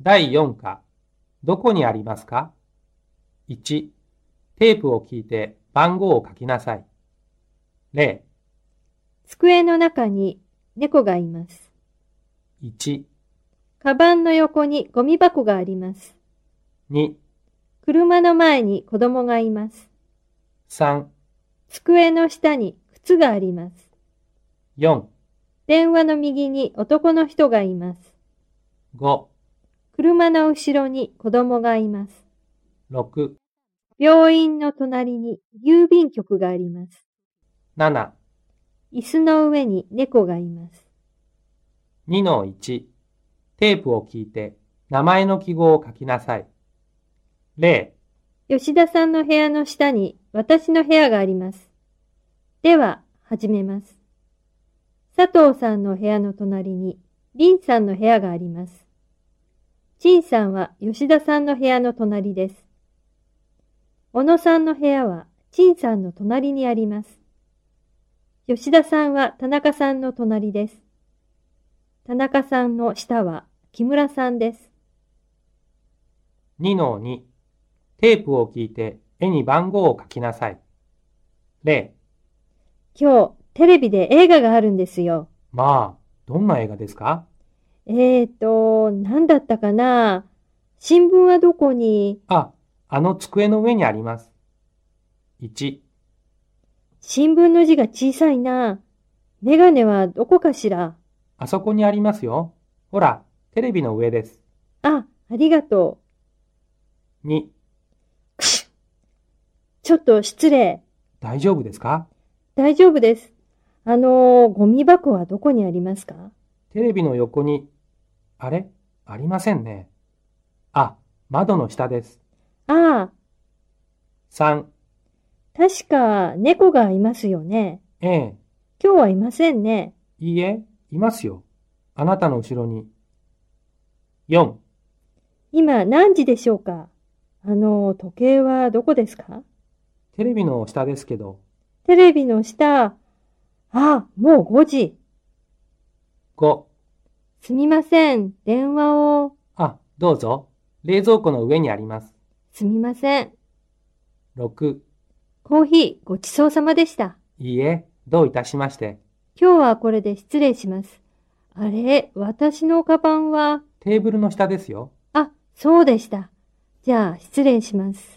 第4課、どこにありますか ?1、テープを聞いて番号を書きなさい。0、机の中に猫がいます。 1、カバンの横にゴミ箱があります。 2、車の前に子供がいます。 3、机の下に靴があります。 4、電話の右に男の人がいます。 5、車の後ろに子供がいます。 6、病院の隣に郵便局があります。 7、椅子の上に猫がいます。 2の1、テープを聞いて名前の記号を書きなさい。0、吉田さんの部屋の下に私の部屋があります。では、始めます。佐藤さんの部屋の隣に林さんの部屋があります。陳さんは吉田さんの部屋の隣です。小野さんの部屋は陳さんの隣にあります。吉田さんは田中さんの隣です。田中さんの下は木村さんです。 2の2、テープを聞いて絵に番号を書きなさい。0、今日テレビで映画があるんですよ。まあ、どんな映画ですかえーと、何だったかな新聞はどこにあ、あの机の上にあります。1、新聞の字が小さいな。メガネはどこかしらあそこにありますよ。ほら、テレビの上です。あ、ありがとう。 2、ちょっと失礼。大丈夫ですか大丈夫です。あのー、ゴミ箱はどこにありますかテレビの横に、あれありませんね。あ、窓の下です。ああ、 3、確か猫がいますよね。ええ、今日はいませんね。いいえ、いますよ。あなたの後ろに。4、今何時でしょうかあのー、時計はどこですかテレビの下ですけど。テレビの下。あ、もう5時。 5、すみません。電話を。あ、どうぞ。冷蔵庫の上にあります。すみません。 6、コーヒーごちそうさまでした。いいえ、どういたしまして。今日はこれで失礼します。あれ、私のカバンは、テーブルの下ですよ。あ、そうでした。じゃあ失礼します。